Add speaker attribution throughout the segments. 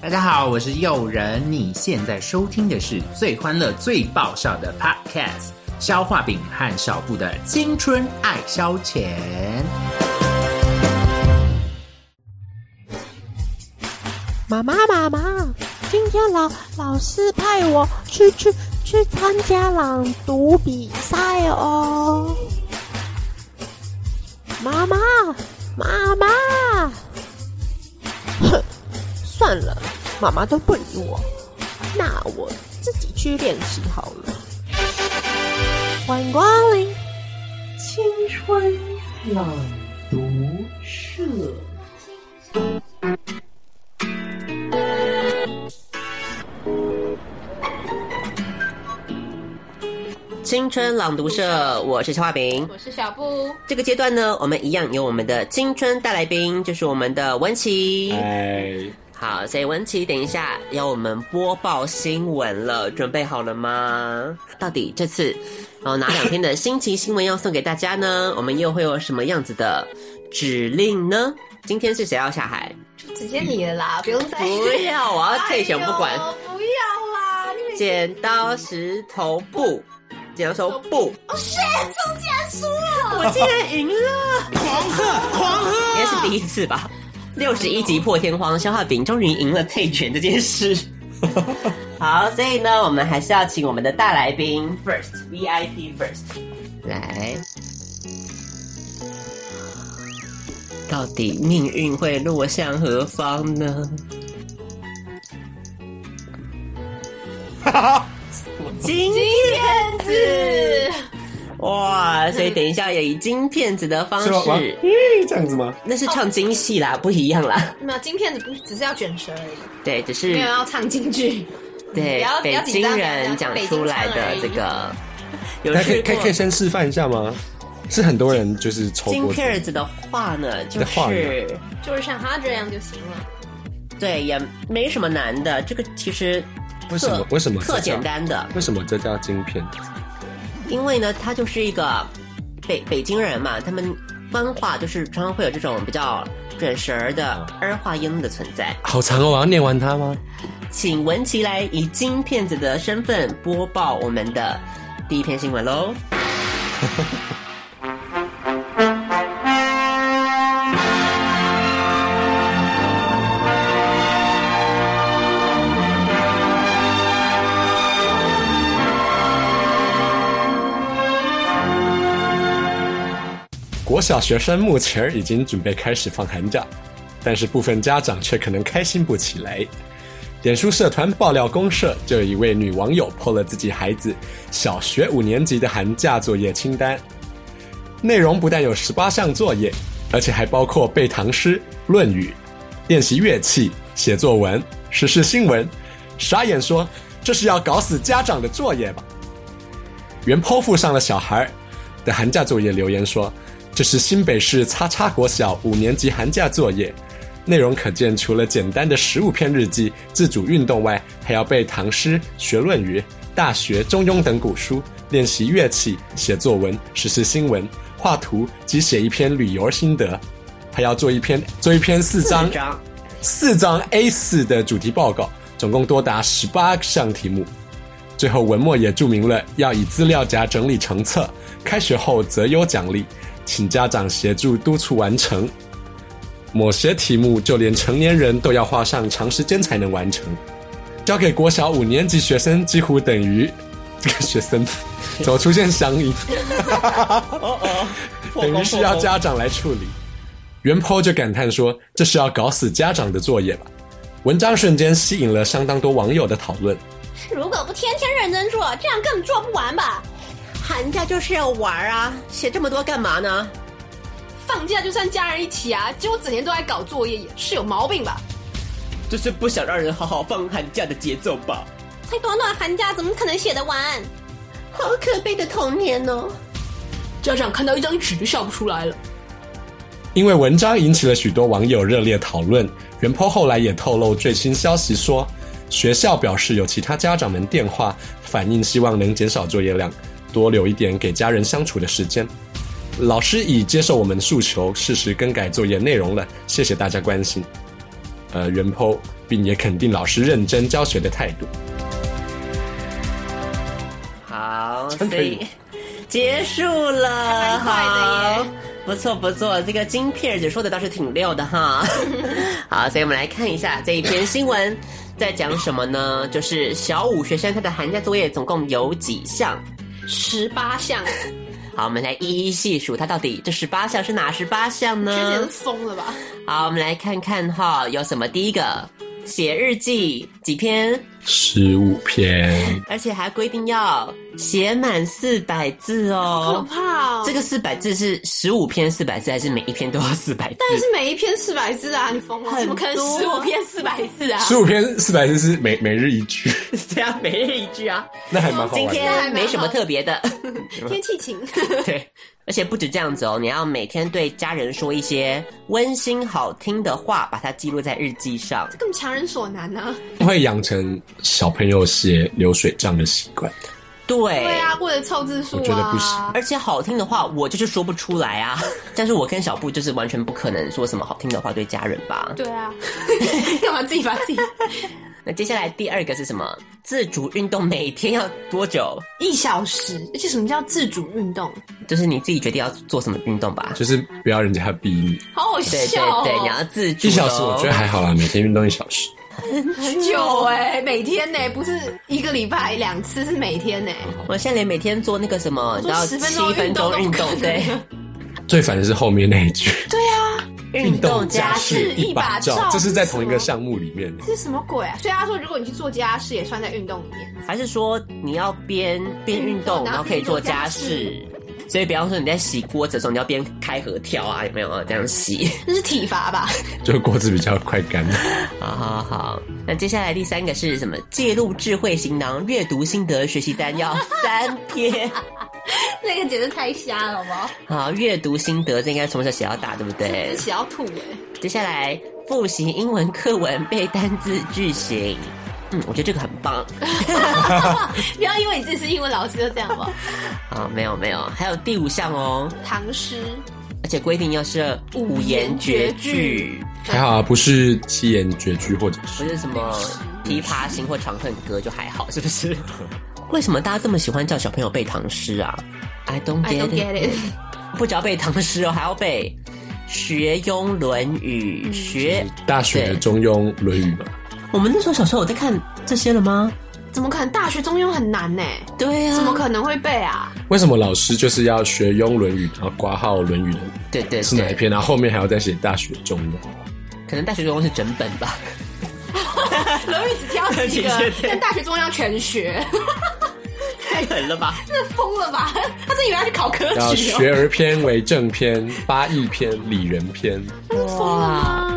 Speaker 1: 大家好，我是诱人，你现在收听的是最欢乐、最爆笑的 Podcast《消化饼和小布的青春爱消遣》。
Speaker 2: 妈妈，妈妈，今天老老师派我去去去参加朗读比赛哦。妈妈，妈妈，哼，算了，妈妈都不理我，那我自己去练习好了。欢迎光临青春朗读社。
Speaker 3: 青春朗读社，我是小画饼。
Speaker 4: 我是小布，
Speaker 3: 这个阶段呢，我们一样有我们的青春大来宾，就是我们的文琪。
Speaker 5: 哎，
Speaker 3: 好，所以文琪，等一下要我们播报新闻了，准备好了吗？到底这次，呃，哪两天的新奇新闻要送给大家呢？ 我们又会有什么样子的指令呢？今天是谁要下海？
Speaker 4: 就直接你的啦，不用再
Speaker 3: 不要，我要退选不管
Speaker 4: 哎。呦不要啦，你每次
Speaker 3: 剪刀石头布，剪刀石头布，
Speaker 4: 哦，是中竟然输了，
Speaker 3: 我竟然赢了！应该是第一次吧。六十一集破天荒，消化饼终于赢了退权这件 事。好，所以呢，我们还是要请我们的大来宾 first VIP first 来。到底命运会落向何方呢？ 今天子哇，所以等一下也以金片子的方
Speaker 5: 是吗？哇
Speaker 3: 式，
Speaker 5: 咦这样子吗？
Speaker 3: 那是唱京戏啦，不一样啦。
Speaker 4: 没有金片子不只是要卷舌而已，
Speaker 3: 对，只是
Speaker 4: 没有要唱京剧，不
Speaker 3: 对
Speaker 4: 要不
Speaker 3: 北
Speaker 4: 要
Speaker 3: 京
Speaker 4: 紧张
Speaker 3: 人讲出来的这个，有
Speaker 5: 那可以
Speaker 3: 试
Speaker 5: 可
Speaker 3: 过
Speaker 5: 以可以先示范一下吗？是很多人就是抽
Speaker 3: 金
Speaker 5: 过
Speaker 3: 片儿子的话呢，就
Speaker 5: 的话
Speaker 3: 是
Speaker 5: 呢
Speaker 4: 就是像他这样就行了。
Speaker 3: 对，也没什么难的。这个其实
Speaker 5: 为什么
Speaker 3: 特
Speaker 5: 为什么
Speaker 3: 特简单的？
Speaker 5: 为什么这叫金片？
Speaker 3: 因为呢，他就是一个北北京人嘛，他们官话就是常常会有这种比较卷舌儿的儿化音的存在。
Speaker 5: 好长哦，我要念完它吗？
Speaker 3: 请文琪来以金骗子的身份播报我们的第一篇新闻喽。
Speaker 5: 国小学生目前已经准备开始放寒假，但是部分家长却可能开心不起来。脸书社团爆料公社就有一位女网友 po 了自己孩子小学五年级的寒假作业清单，内容不但有十八项作业，而且还包括背唐诗、《论语》、练习乐器、写作文、时事新闻。傻眼说：“这是要搞死家长的作业吧？”原剖腹上了小孩儿的寒假作业留言说：“这是新北市叉叉国小五年级寒假作业，内容可见除了简单的十五篇日记、自主运动外，还要背唐诗、学《论语》、《大学》《中庸》等古书，练习乐器、写作文、时事新闻、画图及写一篇旅游心得，还要做一篇做一篇四张
Speaker 3: 四张
Speaker 5: 四张 A 4的主题报告，总共多达十八项题目。最后，文末也注明了要以资料夹整理成册，开学后择优奖励，请家长协助督促完成。某些题目就连成年人都要花上长时间才能完成，交给国小五年级学生几乎等于这个学生 怎么出现乡音？等于是要家长来处理。袁坡就感叹说：“这是要搞死家长的作业吧？”文章瞬间吸引了相当多网友的讨论。
Speaker 4: 如果不天天认真做，这样根本做不完吧？
Speaker 3: 寒假就是要玩啊，写这么多干嘛呢？
Speaker 4: 放假就算家人一起啊，结果整天都在搞作业，也是有毛病吧？
Speaker 3: 就是不想让人好好放寒假的节奏吧。
Speaker 4: 才短短寒假，怎么可能写得完？
Speaker 3: 好可悲的童年哦！
Speaker 4: 家长看到一张纸就笑不出来了。
Speaker 5: 因为文章引起了许多网友热烈讨论，袁坡后来也透露最新消息说，学校表示有其他家长们电话反映，希望能减少作业量，多留一点给家人相处的时间。老师已接受我们的诉求，适时更改作业内容了，谢谢大家关心。呃原 po，并也肯定老师认真教学的态度。
Speaker 3: 好，
Speaker 5: 真可
Speaker 3: 所
Speaker 5: 以
Speaker 3: 以结束了，
Speaker 4: 蛮快的
Speaker 3: 好
Speaker 4: 耶，
Speaker 3: 不错不错，这个金片儿姐说的倒是挺溜的 哈。好，所以我们来看一下这一篇新闻在讲什么呢？就是小五学生他的寒假作业总共有几项？
Speaker 4: 十八项，学
Speaker 3: 好，我们来一一细数，它到底这十八项是哪十八项
Speaker 4: 姐是
Speaker 3: 呢？
Speaker 4: 疯了吧？
Speaker 3: 好，我们来看看哈，有什么？第一个写日记几篇，
Speaker 5: 十五篇，
Speaker 3: 而且还规定要写满四百字
Speaker 4: 可
Speaker 3: 哦。
Speaker 4: 怕哦！
Speaker 3: 这个四百字是十五篇四百字，还是每一篇都要四百字？
Speaker 4: 但是啊每一篇四百字啊，你疯了？怎么可能十五篇四百字啊？
Speaker 5: 十五篇四百字是每每日一句，
Speaker 3: 是 这样每日一句啊。
Speaker 5: 那还蛮好玩
Speaker 3: 今
Speaker 5: 的。
Speaker 3: 天没什么特别 的，
Speaker 4: 天气 晴，
Speaker 3: 对。而且不止这样子哦，你要每天对家人说一些温馨好听的话，把它记录在日记上。
Speaker 4: 更强人所难啊！
Speaker 5: 会养成小朋友写流水账的习惯。
Speaker 3: 对
Speaker 4: 对啊，为了凑字数啊，
Speaker 5: 我觉得不行
Speaker 3: 而且好听的话，我就是说不出来啊。 但是我跟小布就是完全不可能说什么好听的话对家人吧。
Speaker 4: 对啊， 干嘛自己把自己？
Speaker 3: 那接下来第二个是什么？自主运动每天要多久？
Speaker 4: 一小时，而且什么叫自主运动？
Speaker 3: 就是你自己决定要做什么运动吧。
Speaker 5: 就是不要人家逼你。
Speaker 4: 好好
Speaker 3: 对对
Speaker 4: 笑哦！
Speaker 3: 对，你要自主、
Speaker 5: 一小时我觉得还好啦，每天运动一小时。
Speaker 4: 很久哎、每天呢、不是一个礼拜两次，是每天欸呢、
Speaker 3: 我现在连每天做那个什么，你知道呃七
Speaker 4: 做10
Speaker 3: 分
Speaker 4: 分
Speaker 3: 钟
Speaker 4: 钟
Speaker 3: 运
Speaker 4: 运动
Speaker 3: 动
Speaker 4: 都不可，能
Speaker 3: 对，
Speaker 5: 最烦的是后面那一句
Speaker 3: 运动加
Speaker 4: 事一把照
Speaker 5: 这是在同一个项目里面。
Speaker 4: 这是什么鬼啊？所以他说，如果你去做家事，也算在运动里面。
Speaker 3: 还是说你要边边运动，然后可以做家事？所以，比方说你在洗锅子的时候，你要边开合跳啊，有没有这样洗？
Speaker 4: 这是体罚吧？
Speaker 5: 就锅子比较快 干。
Speaker 3: 好好好，那接下来第三个是什么？记录智慧行囊、阅读心得、学习单 要三篇。
Speaker 4: 那个简直太瞎了，好不 好？
Speaker 3: 好，阅读心得这应该从小写到大，对不对？
Speaker 4: 写到吐哎、
Speaker 3: 接下来复习英文课文、背单字、句型。嗯，我觉得这个很棒。
Speaker 4: 不要因为你自己是英文老师就这样好不好？
Speaker 3: 好，啊没有没有，还有第五项哦，
Speaker 4: 唐诗
Speaker 3: 而且规定要设五言绝句，
Speaker 5: 还好啊，不是七言绝句或者
Speaker 3: 不
Speaker 5: 是
Speaker 3: 是什么琵琶行或长恨歌就还好，是不 是？为什么大家这么喜欢叫小朋友背唐诗啊？I don't
Speaker 4: ，I
Speaker 3: get
Speaker 4: don't
Speaker 3: it。
Speaker 4: get it。
Speaker 3: 不只要背唐诗哦，还要背《学庸》《论语》学。
Speaker 5: 大学的中庸《论语》嘛。
Speaker 3: 嗯我们那时候小时候有在看这些了吗？
Speaker 4: 怎么可能？大学中庸很难呢、
Speaker 3: 对啊，
Speaker 4: 怎么可能会背啊？
Speaker 3: 嗯
Speaker 5: 为什么老师就是要学庸《论语》，然后挂号《论语》的
Speaker 3: 对对
Speaker 5: 是哪一
Speaker 3: 对，
Speaker 5: 篇，然后后面还要再写大学中庸？
Speaker 3: 可能大学中文是整本吧。
Speaker 4: 《论语》只挑
Speaker 3: 对
Speaker 4: 几个
Speaker 3: 对，对
Speaker 4: 但大学中央全学，
Speaker 3: 太狠了吧！
Speaker 4: 这疯了吧？ 他真以为他去考科
Speaker 5: 要
Speaker 4: 举
Speaker 5: 学
Speaker 4: 哦、
Speaker 5: 而篇为正篇，八义篇、理人篇。
Speaker 3: 哇！啊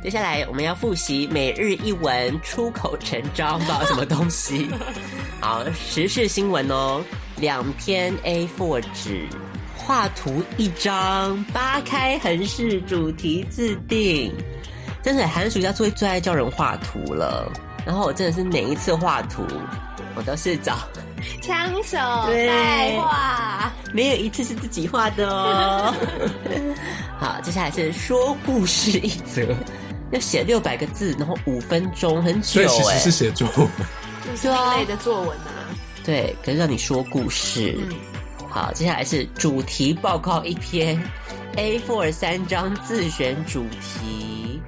Speaker 3: 接下来我们要复习每日一文，出口成章，不知道什么东西。好，时事新闻哦，两篇 A4 纸，画图一张，八开横式主题自定。真的，寒暑假作业最爱叫人画图了。然后我真的是每一次画图，我都是找
Speaker 4: 枪手
Speaker 3: 对
Speaker 4: 带话。
Speaker 3: 没有一次是自己画的哦。 好，接下来是说故事一则，要写六百个字，然后五分钟，很久
Speaker 5: 所以其
Speaker 4: 欸
Speaker 3: 哎、
Speaker 5: 实是写作文，
Speaker 4: 就是另类的作文啊，
Speaker 3: 对，可是让你说故事。好，接下来是主题报告一篇，A4 三张自选主题，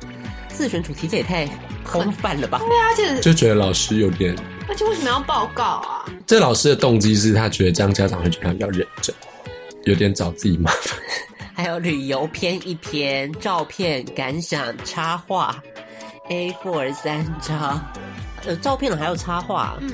Speaker 3: 自选主题这也太空泛了吧？
Speaker 4: 对啊，而且
Speaker 5: 就觉得老师有点。
Speaker 4: 而且为什么要报告啊？
Speaker 5: 这老师的动机是他觉得这样家长会觉得他比较认真，有点找自己麻烦。
Speaker 3: 还有旅游篇一篇，照片、感想、插画，A4 三张，有照片了还有插画。嗯，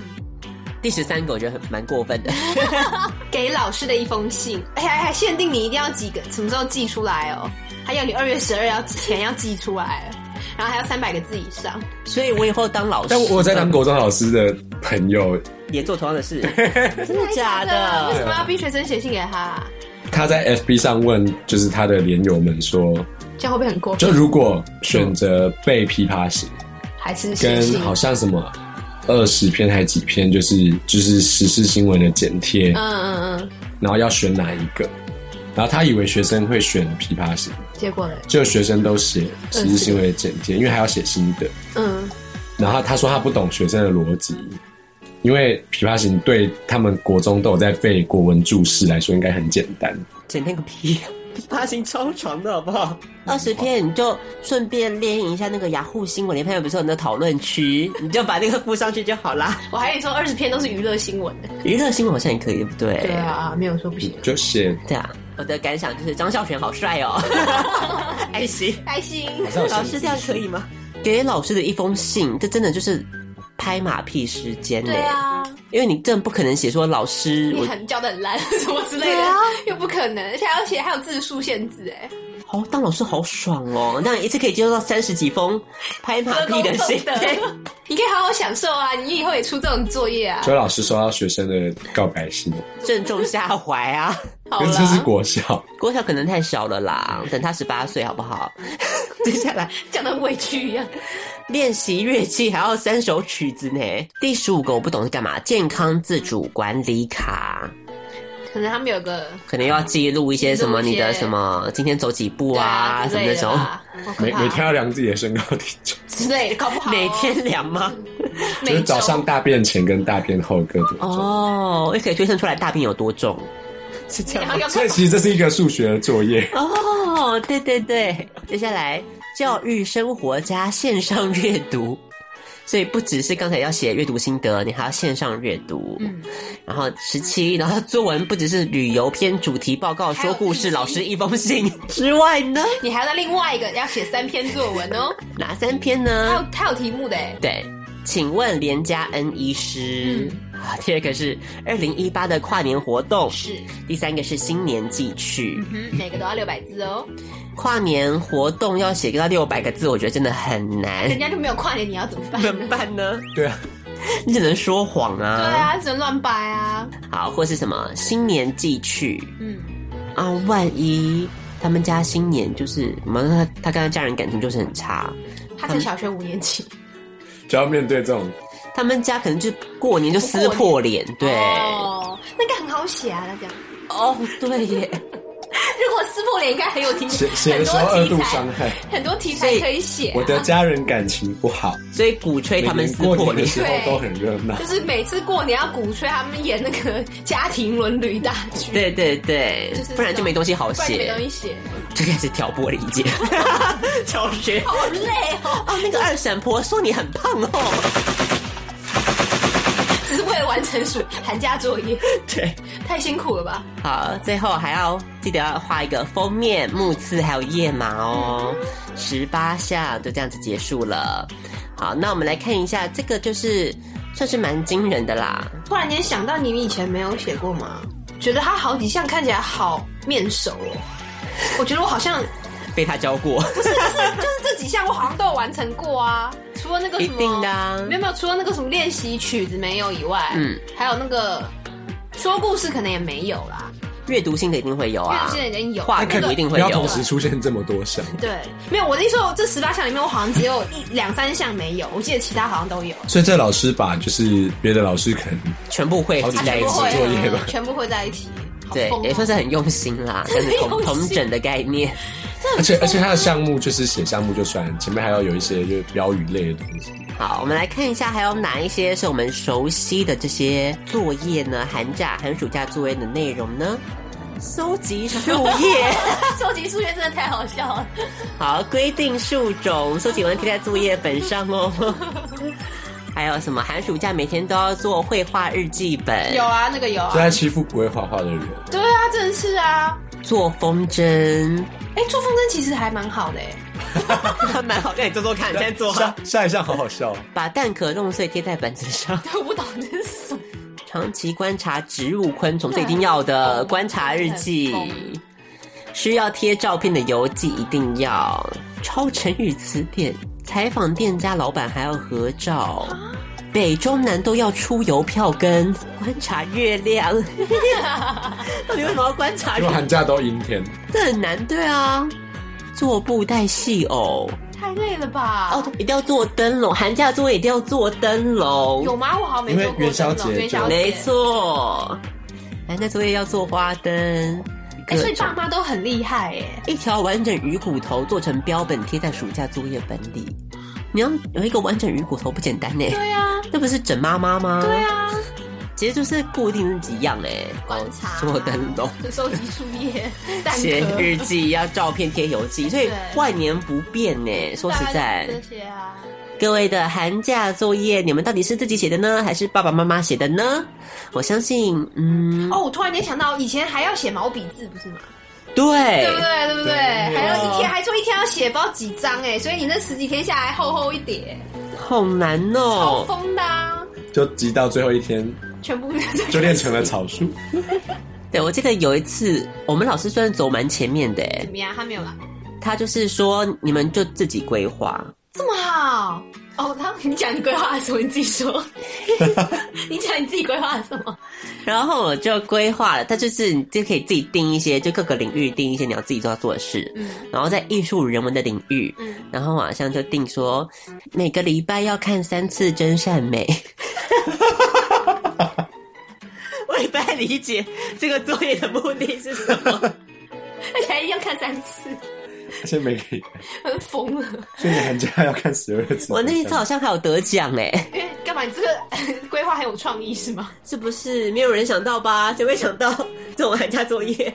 Speaker 3: 第十三个我觉得很蛮过分的，
Speaker 4: 给老师的一封信，哎还还限定你一定要几个，什么时候寄出来哦？还有你二月十二要前要寄出来，哦然后还要三百个字以上。
Speaker 3: 所以我以后当老师，
Speaker 5: 但我我在当国中老师的朋友，
Speaker 3: 也做同样的事， 真的假
Speaker 4: 为
Speaker 3: 的？
Speaker 4: 什么
Speaker 5: 啊
Speaker 4: 要逼学生写信给他、啊？
Speaker 5: 他在 FB 上问，就是他的连友们说，
Speaker 4: 这样会不会很过
Speaker 5: 就
Speaker 4: 分？
Speaker 5: 如果选择背琵琶行，
Speaker 4: 还嗯是写
Speaker 5: 跟
Speaker 4: 信？
Speaker 5: 好像什么二十篇还几篇，就是就是时事新闻的剪贴，
Speaker 4: 嗯嗯嗯，
Speaker 5: 然后要选哪一个？然后他以为学生会选琵琶型，
Speaker 4: 结果呢？
Speaker 5: 就学生都写实际行为简介，因为还要写心得。
Speaker 4: 嗯，
Speaker 5: 然后他说他不懂学生的逻辑，因为琵琶行对他们国中都有在背国文注释来说应该很简单。
Speaker 3: 整天个屁！ 发型超长的好不好？二十篇你就顺便练一下那个雅虎新闻，你朋友不是有那个讨论 区，你就把那个附上去就好啦。
Speaker 4: 我还以为说二十篇都是娱乐新闻呢。
Speaker 3: 娱乐新闻好像也可以，对不对？
Speaker 4: 对啊，没有说不行。
Speaker 5: 就写
Speaker 3: 这样，啊我的感想就是张孝全好帅 哦，爱心。
Speaker 4: 开心，
Speaker 5: 像
Speaker 3: 老师这样可以吗？给老师的一封信，这真的就是拍马屁时间呢、
Speaker 4: 对啊，
Speaker 3: 因为你真的不可能写说老师
Speaker 4: 你
Speaker 3: 我
Speaker 4: 很教的很烂什么之类的，又不可能，而且还要写还有字数限制哎，
Speaker 3: 好、当老师好爽哦，那一次可以接收到三十几封拍马
Speaker 4: 歌
Speaker 3: 屁
Speaker 4: 功
Speaker 3: 的
Speaker 4: 颂
Speaker 3: 信。
Speaker 4: 德
Speaker 3: 对，
Speaker 4: 你可以好好享受啊，你以后也出这种作业啊，
Speaker 5: 就老师收到学生的告白信，
Speaker 3: 正中下怀啊！
Speaker 4: 好
Speaker 5: 因为
Speaker 4: 啦
Speaker 5: 这是国校，
Speaker 3: 郭晓可能太小了啦，等他十八岁好不好？ 接下来
Speaker 4: 讲的委屈一样，
Speaker 3: 练习乐器还要三首曲子呢。第十五个我不懂是干嘛，健康自主管理卡。
Speaker 4: 可能他们有个
Speaker 3: 可能又要记录一些什么
Speaker 4: 录一
Speaker 3: 你
Speaker 4: 些
Speaker 3: 的什么今天走几步
Speaker 4: 对
Speaker 3: 啊
Speaker 4: 啊
Speaker 3: 什么那种，
Speaker 5: 每
Speaker 4: 每
Speaker 5: 每天要量自己的身高体重，
Speaker 4: 啊之类的，搞不好
Speaker 3: 每天量吗？
Speaker 4: 每
Speaker 5: 就是早
Speaker 4: 周
Speaker 5: 上大便前跟大便后各多重。
Speaker 3: 哦，也可以推算出来大便有多重，是这样
Speaker 4: 然
Speaker 3: 吗
Speaker 4: 后？要
Speaker 5: 所以其实这是一个数学的作业，
Speaker 3: 哦，对对对，接下来教育生活加线上阅读。所以不只是刚才要写阅读心得，你还要线上阅读。嗯，然后十七，然后作文不只是旅游篇主题报告、
Speaker 4: 还
Speaker 3: 说
Speaker 4: 有
Speaker 3: 故事、
Speaker 4: 笔记
Speaker 3: 老师一封信之外呢，
Speaker 4: 你还要在另外一个要写三篇作文哦，
Speaker 5: 嗯
Speaker 3: 哪三篇
Speaker 4: 还
Speaker 3: 呢
Speaker 4: 有？还有题目的哎，
Speaker 3: 对，请问连家恩医师。啊，第二个是二零一八的跨年活动，
Speaker 4: 是，
Speaker 3: 第三个是新年寄去。
Speaker 4: 嗯，每个都要六百字哦，
Speaker 3: 跨年活动要写到六百个字，我觉得真的很
Speaker 5: 哎
Speaker 3: 难。
Speaker 4: 人家就没有跨年，你要 怎么办？
Speaker 3: 怎么办呢？
Speaker 5: 对啊，
Speaker 3: 你只能说谎啊。
Speaker 4: 对。啊，只能乱掰啊，
Speaker 3: 好，或是什么新年寄去
Speaker 4: 嗯，
Speaker 3: 啊？万一他们家新年就是，我们他他跟他家人感情就是很差，
Speaker 4: 他才小学五年级，
Speaker 5: 嗯就要面对这种
Speaker 3: 他们家可能就过年就撕破脸，对。
Speaker 4: 哦，那个很好写啊，他讲。
Speaker 3: 哦，对耶。
Speaker 4: 如果撕破脸，应该很有题，
Speaker 5: 写写的时候
Speaker 4: 很多
Speaker 5: 二
Speaker 4: 题
Speaker 5: 度
Speaker 4: 材
Speaker 5: 伤害。
Speaker 4: 很多题
Speaker 3: 所
Speaker 4: 材
Speaker 3: 以
Speaker 4: 可以写、
Speaker 5: 我的家人感情不好，
Speaker 3: 所以鼓吹
Speaker 5: 每
Speaker 3: 他们
Speaker 5: 年
Speaker 3: 撕
Speaker 5: 过
Speaker 3: 破
Speaker 5: 年的
Speaker 3: 脸。
Speaker 5: 时候都很热闹
Speaker 4: 就。是每次过年要鼓吹他们演那个家庭伦理大剧，
Speaker 3: 对对对
Speaker 4: 就是这，种
Speaker 3: 不然就没东西好
Speaker 4: 不然就没
Speaker 3: 写
Speaker 4: 东，西写，
Speaker 3: 就开始挑拨离间。 小学
Speaker 4: 好累哦，
Speaker 3: 哦，那个二婶婆说你很胖哦，
Speaker 4: 只是为了完成暑寒假作业，
Speaker 3: 对。
Speaker 4: 太辛苦了吧？
Speaker 3: 好，最后还要记得要画一个封面、木刺还有页码哦，十八下就这样子结束了。好，那我们来看一下，这个就是算是蛮惊人的啦。
Speaker 4: 突然间想到，你们以前没有写过吗？觉得他好几项看起来好面熟哦，我觉得我好像
Speaker 3: 被他教过，
Speaker 4: 就是这几项我好像都有完成过啊，除了那个什么，
Speaker 3: 一定的啊
Speaker 4: 没有没有，除了那个什么练习曲子没有以外，
Speaker 3: 嗯，
Speaker 4: 还有那个说故事可能也没有啦，
Speaker 3: 阅读性的一定会有
Speaker 4: 因为
Speaker 3: 啊
Speaker 4: 之，前已经有
Speaker 3: 画
Speaker 4: 那
Speaker 3: 图
Speaker 4: 个
Speaker 3: 一定
Speaker 5: 不
Speaker 3: 会
Speaker 5: 要
Speaker 3: 有啊
Speaker 5: 同。时出现这么多项，
Speaker 4: 对，没有我的意思说，这十八项里面我好像只有一两三项没有，我记得其他好像都有，
Speaker 5: 所以这老师把就是别的老师可能
Speaker 3: 全部会
Speaker 5: 好几
Speaker 3: 合在一
Speaker 5: 个
Speaker 3: 起
Speaker 5: 作，业吧
Speaker 4: 嗯全部会在一起，好
Speaker 3: 对
Speaker 4: 疯，哦
Speaker 3: 也算是很用心啦，但是同
Speaker 4: 很用心
Speaker 3: 同整的概念。
Speaker 5: 而
Speaker 3: 啊
Speaker 5: 且而且他的项目就是写项目就算，前面还要有一些就是标语类的东西。
Speaker 3: 好，我们来看一下还有哪一些是我们熟悉的这些作业呢？寒假、寒暑假作业的内容呢？搜集树叶。
Speaker 4: 收集数学真的太好笑了，
Speaker 3: 好，规定树种，收集完贴在作业本上 哦。还有什么？寒暑假每天都要做绘画日记本，
Speaker 4: 有啊，那个有
Speaker 5: 就
Speaker 4: 啊，
Speaker 5: 在欺负不会画画的人，
Speaker 4: 对啊，真的是啊，
Speaker 3: 做风筝，
Speaker 4: 哎，做风筝其实还蛮好的哎。
Speaker 3: 蛮好，让你做做看，先做。啊
Speaker 5: 下下一项好好笑哦，
Speaker 3: 把蛋壳弄碎贴在本子上，
Speaker 4: 对， 我不懂这是什么。
Speaker 3: 长期观察植物、昆虫，这一定要的
Speaker 4: 嗯
Speaker 3: 观察日记
Speaker 4: 嗯。
Speaker 3: 需要贴照片的邮寄一定要，超成语词典，采访店家老板还要合照，北中南都要出邮票跟观察月亮。到底为什么要观察
Speaker 5: 因
Speaker 3: 月
Speaker 5: 为？寒假都阴天，
Speaker 3: 这很难，对啊。做布袋戏偶
Speaker 4: 太累了吧？
Speaker 3: 哦，，一定要做灯笼，寒假作业一定要做灯笼。
Speaker 4: 有吗？我好像没
Speaker 5: 因为
Speaker 4: 做过
Speaker 5: 元宵
Speaker 4: 这种
Speaker 5: 节
Speaker 4: 元宵节
Speaker 3: 没错，寒假作业要做花灯，
Speaker 4: 哎、
Speaker 3: 各
Speaker 4: 所以
Speaker 3: 种
Speaker 4: 爸妈都很厉害欸耶。
Speaker 3: 一条完整鱼骨头做成标本贴在暑假作业本里。你要有一个完整鱼骨头不简单呢，
Speaker 4: 对啊，
Speaker 3: 那不是整妈妈吗？
Speaker 4: 对，啊，
Speaker 3: 其实就是固定是几样哎，
Speaker 4: 观察
Speaker 3: 哦做灯笼。
Speaker 4: 收集树叶、蛋
Speaker 3: 写
Speaker 4: 壳，
Speaker 3: 日记要照片贴邮寄，所以
Speaker 4: 对
Speaker 3: 万年不变呢。说实
Speaker 4: 大概
Speaker 3: 在
Speaker 4: 就，是这些啊。
Speaker 3: 各位的寒假作业，你们到底是自己写的呢，还是爸爸妈妈写的呢？我相信，嗯，
Speaker 4: 哦，我突然间想到，以前还要写毛笔字，不是吗？哦
Speaker 3: 对
Speaker 4: 对不对？对不对？
Speaker 5: 对
Speaker 4: 还要一天，还说一天要写不知道几张哎，所以你那十几天下来厚厚一叠，
Speaker 3: 好难
Speaker 4: 超
Speaker 3: 哦。
Speaker 4: 疯的啊！
Speaker 5: 就集到最后 一天，
Speaker 4: 全部
Speaker 5: 就练成了草书。
Speaker 3: 对，我记得有一次，我们老师虽然走蛮前面的，哎
Speaker 4: 怎么样？啊他没有来，
Speaker 3: 他就是说你们就自己规划，
Speaker 4: 这么好哦。他你讲你规划了什么？你自己 说。你讲你自己规划了什么？
Speaker 3: 然后我就规划了，它就是你就可以自己定一些，就各个领域定一些你要自己都要做的事。
Speaker 4: 嗯
Speaker 3: 然后在艺术人文的领域，
Speaker 4: 嗯
Speaker 3: 然后好像就定说每个礼拜要看三次《真善美》。 我也不太理解这个作业的目的是什么。
Speaker 4: 而且还一定要看三次，
Speaker 5: 而且每个礼拜，
Speaker 4: 很疯了。
Speaker 5: 所以你寒假要看十二 次。
Speaker 3: 我那一次好像还有得奖哎、
Speaker 4: 因为干嘛？你这个 规划很有创意是吗？
Speaker 3: 是不是没有人想到吧？谁会想 到这种寒假作业？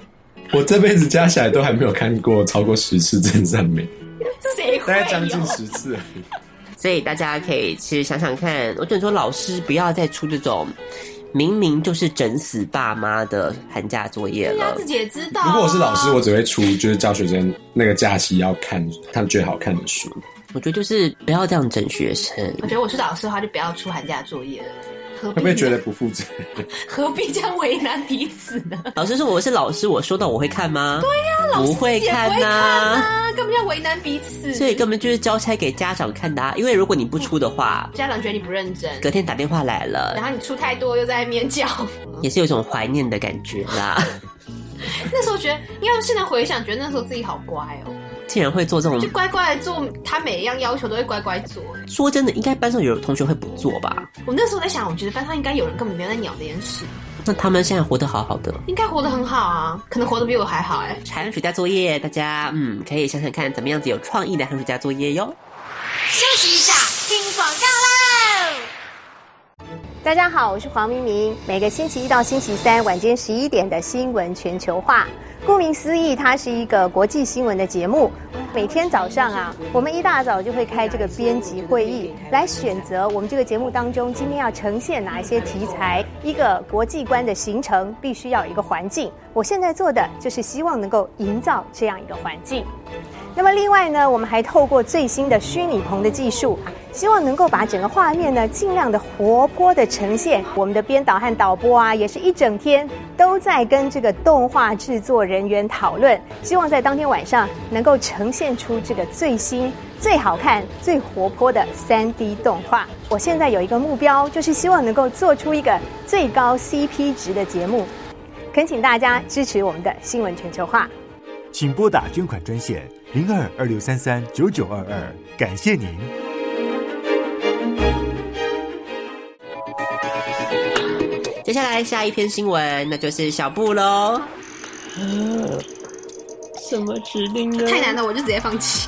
Speaker 5: 我这辈子加起来都还没有看过超过十次真善美，
Speaker 4: 谁
Speaker 5: 大
Speaker 4: 会
Speaker 5: 概将
Speaker 4: 有
Speaker 5: 近？十次而已。
Speaker 3: 所以大家可以其实想想看，我只能说老师不要再出这种明明就是整死爸妈的寒假作业
Speaker 4: 他
Speaker 3: 了
Speaker 4: 自。己也知道、啊
Speaker 5: 如果我是老师，我，只会出就是教学生那个假期要看他们觉得好看的书。
Speaker 3: 我觉得就是不要这样整学生。
Speaker 4: 我觉得我是老师的话，就不要出寒假作业了。何
Speaker 5: 会
Speaker 4: 必
Speaker 5: 不会觉得不负责任？
Speaker 4: 何必这样为难彼此 呢？
Speaker 3: 老师说我是老师，我说到我会看吗？对呀、不会看
Speaker 4: 也不会
Speaker 3: 呐、
Speaker 4: 看啊，根本就为难彼此。
Speaker 3: 所以根本就是交差给家长看的、啊。因为如果你不出的话，
Speaker 4: 家长觉得你不认真，
Speaker 3: 隔天打电话来
Speaker 4: 然
Speaker 3: 了，
Speaker 4: 后你出太多又在那边叫。
Speaker 3: 也是有一种怀念的感觉 啦。
Speaker 4: 那时候觉得，因为现在回想，觉得那时候自己好乖哦，
Speaker 3: 竟然会做这种
Speaker 4: 就，乖乖地做，他每一样要求都会乖乖做。
Speaker 3: 说真的，应该班上有同学会不做吧？
Speaker 4: 我那时候在想，我觉得班上应该有人根本没有在鸟这件事，
Speaker 3: 那他们现在活得好好的。
Speaker 4: 应该活得很好啊，可能活得比我还好哎、
Speaker 3: 寒暑假作业，大家嗯可以想想看怎么样子有创意的寒暑假作业哟。
Speaker 6: 大家好，我是黄明明。每个星期一到星期三晚间十一点的新闻全球化，顾名思义，它是一个国际新闻的节目。每天早上啊，我们一大早就会开这个编辑会议，来选择我们这个节目当中今天要呈现哪一些题材。一个国际观的形成，必须要有一个环境。我现在做的就是希望能够营造这样一个环境。那么另外呢，我们还透过最新的虚拟棚的技术，希望能够把整个画面呢尽量的活泼的呈现。我们的编导和导播啊，也是一整天都在跟这个动画制作人员讨论，希望在当天晚上能够呈现出这个最新、最好看、最活泼的 3D 动画。我现在有一个目标，就是希望能够做出一个最高 CP 值的节目。恳请大家支持我们的新闻全球化。
Speaker 7: 请拨打捐款专线零二二六三三九九二二，感谢您。
Speaker 3: 接下来下一篇新闻，那就是小布喽。哦什么指令啊
Speaker 4: 太难了，我就直接放弃。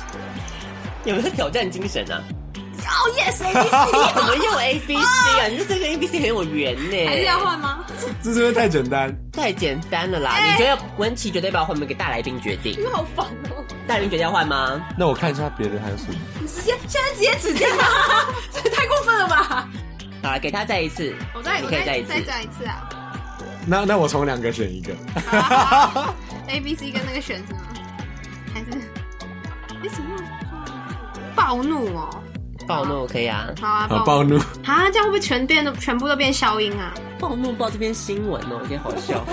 Speaker 3: 有没有挑战精神啊？
Speaker 4: 哦、yes，ABC，
Speaker 3: 怎么又 A B C 啊？你这个 A B C 很有缘呢、
Speaker 4: 还是要换吗？
Speaker 5: 这真的太简单。
Speaker 3: 太简单了啦！你觉得文琪绝对把我换给大来宾决定？
Speaker 4: 好烦哦！
Speaker 3: 大来宾决定要换吗？
Speaker 5: 那我看一下别的还有什么？
Speaker 4: 你直接现在直接指定吗？ 这太过分了吧！
Speaker 3: 好了，给他再一次，
Speaker 4: 我再
Speaker 3: 你
Speaker 4: 我
Speaker 3: 可以
Speaker 4: 再
Speaker 3: 再一次
Speaker 4: 再。讲一次啊
Speaker 5: 那那我从两个选一个。
Speaker 4: 好啊好啊！A、B、C 跟那个选什么？还是你怎么样暴怒哦？
Speaker 3: 暴怒可以啊，
Speaker 4: 好啊，
Speaker 5: 好
Speaker 4: 暴
Speaker 5: 暴
Speaker 4: 怒
Speaker 5: 怒，
Speaker 4: 啊！这样会不会全变都全部都变消音啊？
Speaker 3: 暴怒报这篇新闻哦，有点好笑。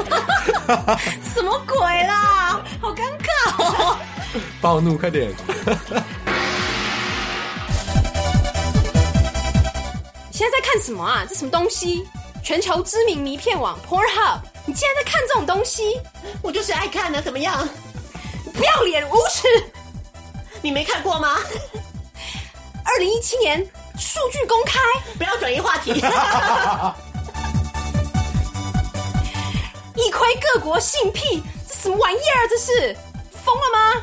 Speaker 4: 什么鬼啦？好尴尬哦！
Speaker 5: 暴怒，快点！
Speaker 4: 现在在看什么啊？这什么东西？全球知名迷片网 Pornhub，你竟然在看这种东西？
Speaker 3: 我就是爱看啊的，怎么样？
Speaker 4: 不要脸，无耻！
Speaker 3: 你没看过吗？
Speaker 4: 二零一七年数据公开，
Speaker 3: 不要转移话题。
Speaker 4: 一窥各国性癖，这什么玩意儿？啊这是疯了吗？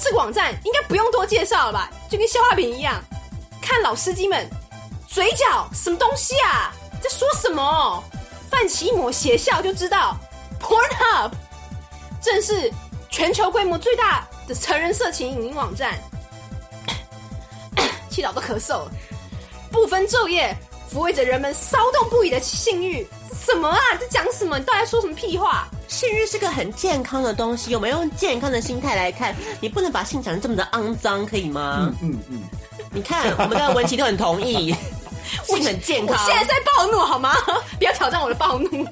Speaker 4: 这个网站应该不用多介绍了吧？就跟消化饼一样，看老司机们嘴角什么东西啊？在说什么？泛起一抹邪笑就知道，Pornhub 正是全球规模最大的成人色情影音网站。 气到都咳嗽了。不分昼夜，抚慰着人们骚动不已的性欲。这什么啊？你在讲什么？你到底在说什么屁话？
Speaker 3: 性欲是个很健康的东西，我们用健康的心态来看，你不能把性讲得这么的肮脏，可以吗？嗯嗯。你看，我们的文琪都很同 意，性很健
Speaker 4: 我
Speaker 3: 康。
Speaker 4: 现在在暴怒好吗？ 不要挑战我的暴怒。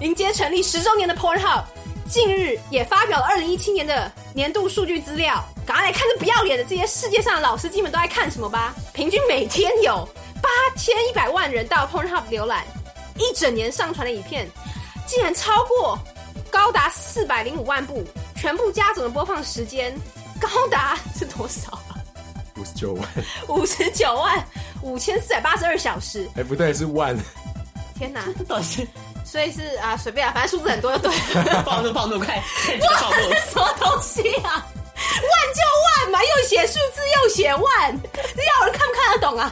Speaker 4: 迎接成立十周年的 Pornhub，近日也发表了二零一七年的年度数据资料。赶快来看这不要脸的这些世界上的老司机们都在看什么吧！平均每天有八千一百万人到 Pornhub 浏览，一整年上传的影片竟然超过高达四百零五万部，全部加总的播放时间高达是多少啊？
Speaker 5: 五十九万，
Speaker 4: 五十九万五千四百八十二小时！
Speaker 5: 哎，不对，是 万，
Speaker 4: 天哪！
Speaker 3: 到底是
Speaker 4: 所以是啊，随便啊，反正数字很多就对 了。
Speaker 3: 暴怒暴怒快，快点暴怒！
Speaker 4: 什么东西啊？万就万嘛，又写数字又写万，这要人看不看得懂啊？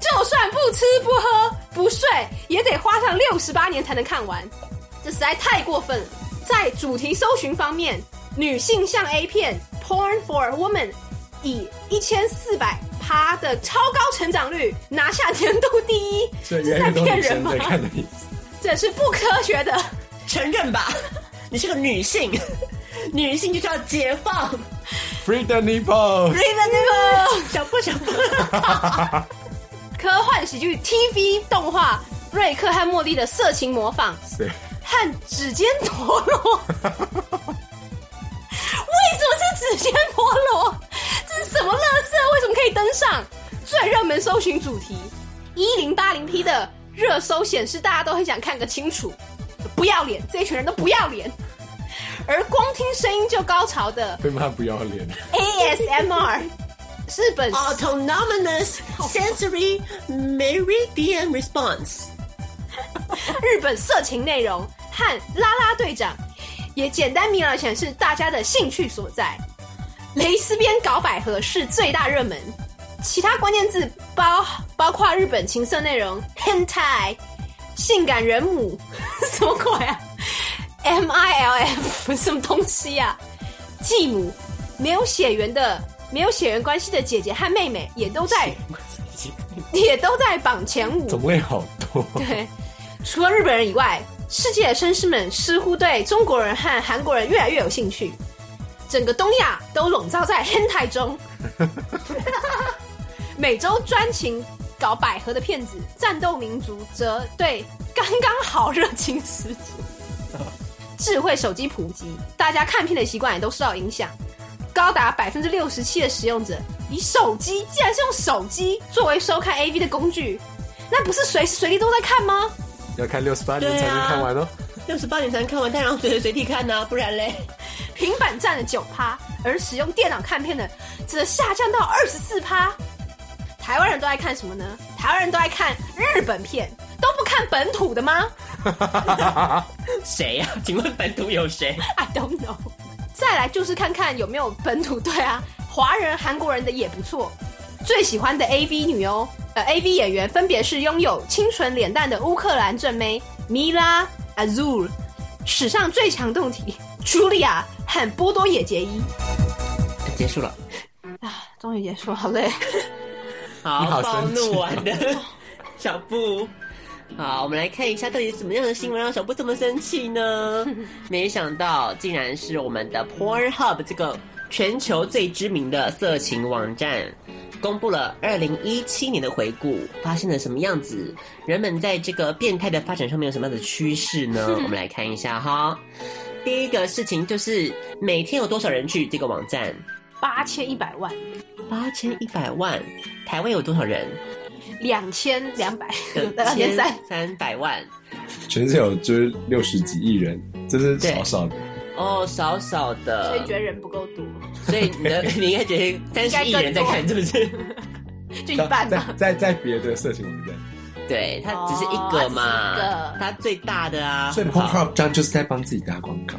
Speaker 4: 就算不吃不喝不睡，也得花上六十八年才能看完，这实在太过分了。在主题搜寻方面，女性向 A 片 （Porn for Women） 以一千四百趴的超高成长率拿下年度第一，
Speaker 5: 这
Speaker 4: 这
Speaker 5: 远
Speaker 4: 是在
Speaker 5: 远都
Speaker 4: 骗
Speaker 5: 女
Speaker 4: 人
Speaker 5: 生
Speaker 4: 吗
Speaker 5: 在？看的意思。
Speaker 4: 这是不科学的。
Speaker 3: 承认吧，你是个女性， 女性就是要解放。
Speaker 5: Free the nipple，
Speaker 4: r e a n e
Speaker 3: 想不想不？
Speaker 4: 科幻喜剧 TV 动画《瑞克和莫蒂的色情模仿》
Speaker 5: 是
Speaker 4: 和《指尖陀螺》。为什么是指尖陀螺？这是什么乐色？为什么可以登上最热门搜寻主题？一零八零 P 的热搜显示，大家都很想看个清楚。不要脸，这一群人都不要脸。而光听声音就高潮的
Speaker 5: 被骂不要脸，
Speaker 4: ASMR，日本
Speaker 3: Autonomous sensory meridian response。
Speaker 4: 日本色情内容和啦啦队长，也简单明了显示大家的兴趣所在。蕾丝边搞百合是最大热门，其他关键字包包括日本情色内容、hentai、性感人母， 什么鬼啊？M I L F 什么东西呀、啊？继母，没有血缘的、没有血缘关系的姐姐和妹妹也都在，也都在榜前五。
Speaker 5: 种类好多。
Speaker 4: 对，除了日本人以外，世界的绅士们似乎对中国人和韩国人越来越有兴趣，整个东亚都笼罩在 hentai 中。美洲专情搞百合的骗子，战斗民族则对刚刚好热情十足。智慧手机普及，大家看片的习惯也都受到影响。高达百分之六十七的使用者以手机，竟然是用手机作为收看 AV 的工具，那不是随时随地都在看吗？
Speaker 5: 要看六十八年才能看完哦。
Speaker 3: 六十八年才能看完，当然随时随地看啊呐、不然嘞，
Speaker 4: 平板占了九趴，而使用电脑看片的则下降到二十四趴。台湾人都爱看什么呢？台湾人都爱看日本片，都不看本土的吗？
Speaker 3: 谁呀、请问本土有谁？
Speaker 4: I don't know。再来就是看看有没有本土对啊，华人、韩国人的也不错。最喜欢的 AV 女优，呃，AV 演员分别是拥有清纯脸蛋的乌克兰正妹米拉 Azul，史上最强动体 Julia 和波多野结衣。
Speaker 3: 结束了，
Speaker 4: 终于结束，好累。
Speaker 3: 好，
Speaker 5: 你好
Speaker 3: 暴
Speaker 5: 生气
Speaker 3: 怒完的 小布。好，我们来看一下到底是什么样的新闻让小布这么生气 呢？没想到竟然是我们的 Pornhub 这个全球最知名的色情网站。公布了二零一七年的回顾，发生了什么样子？人们在这个变态的发展上面有什么样的趋势 呢？我们来看一下哈。第一个事情就是每天有多少人去这个网站？
Speaker 4: 八千一百万，
Speaker 3: 八千一百万，台湾有多少人？
Speaker 4: 两千两百，两千三。
Speaker 3: 三百万
Speaker 5: 全世界有就是六十几亿人，这是
Speaker 3: 对
Speaker 5: 少少的。
Speaker 3: 哦，少少
Speaker 4: 所以
Speaker 3: 的
Speaker 4: 觉，得人不够多，
Speaker 3: 所以你 的你应该觉得三十亿人在看，是不是？
Speaker 4: 就一半吧
Speaker 5: 在。在在别的色情网站，
Speaker 3: 对，它只是一个嘛
Speaker 4: 哦它只是
Speaker 3: 它最
Speaker 4: 一个，
Speaker 3: 大的啊，
Speaker 5: 所以
Speaker 3: 好
Speaker 5: Pornhub 这样就是在帮自己打广告。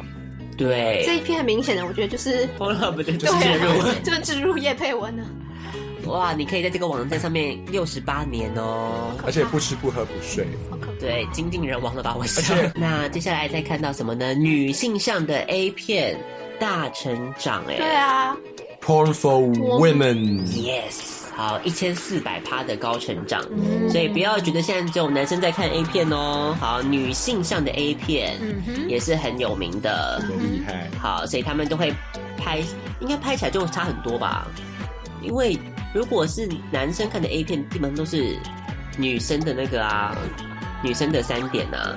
Speaker 3: 对，
Speaker 4: 这一篇很明显的，我觉得就是
Speaker 3: 波浪不对，就
Speaker 4: 对
Speaker 3: 是介入。
Speaker 4: 啊， 就是植入叶佩文啊。
Speaker 3: 哇，你可以在这个网站上面六十八年哦。
Speaker 5: 而且不吃不喝不睡，
Speaker 3: 对，精尽人亡了吧？我想。那接下来再看到什么呢？女性向的 A 片大成长、哎，
Speaker 4: 对啊，
Speaker 5: Porn for Women，
Speaker 3: Yes，好，一千四百趴的高成长，所以不要觉得现在只有男生在看 A 片哦。好，女性向的 A 片、也是很有名的，
Speaker 5: 厉害。
Speaker 3: 好，所以他们都会拍，应该拍起来就差很多吧？因为如果是男生看的 A 片，基本上都是女生的那个啊，女生的三点啊。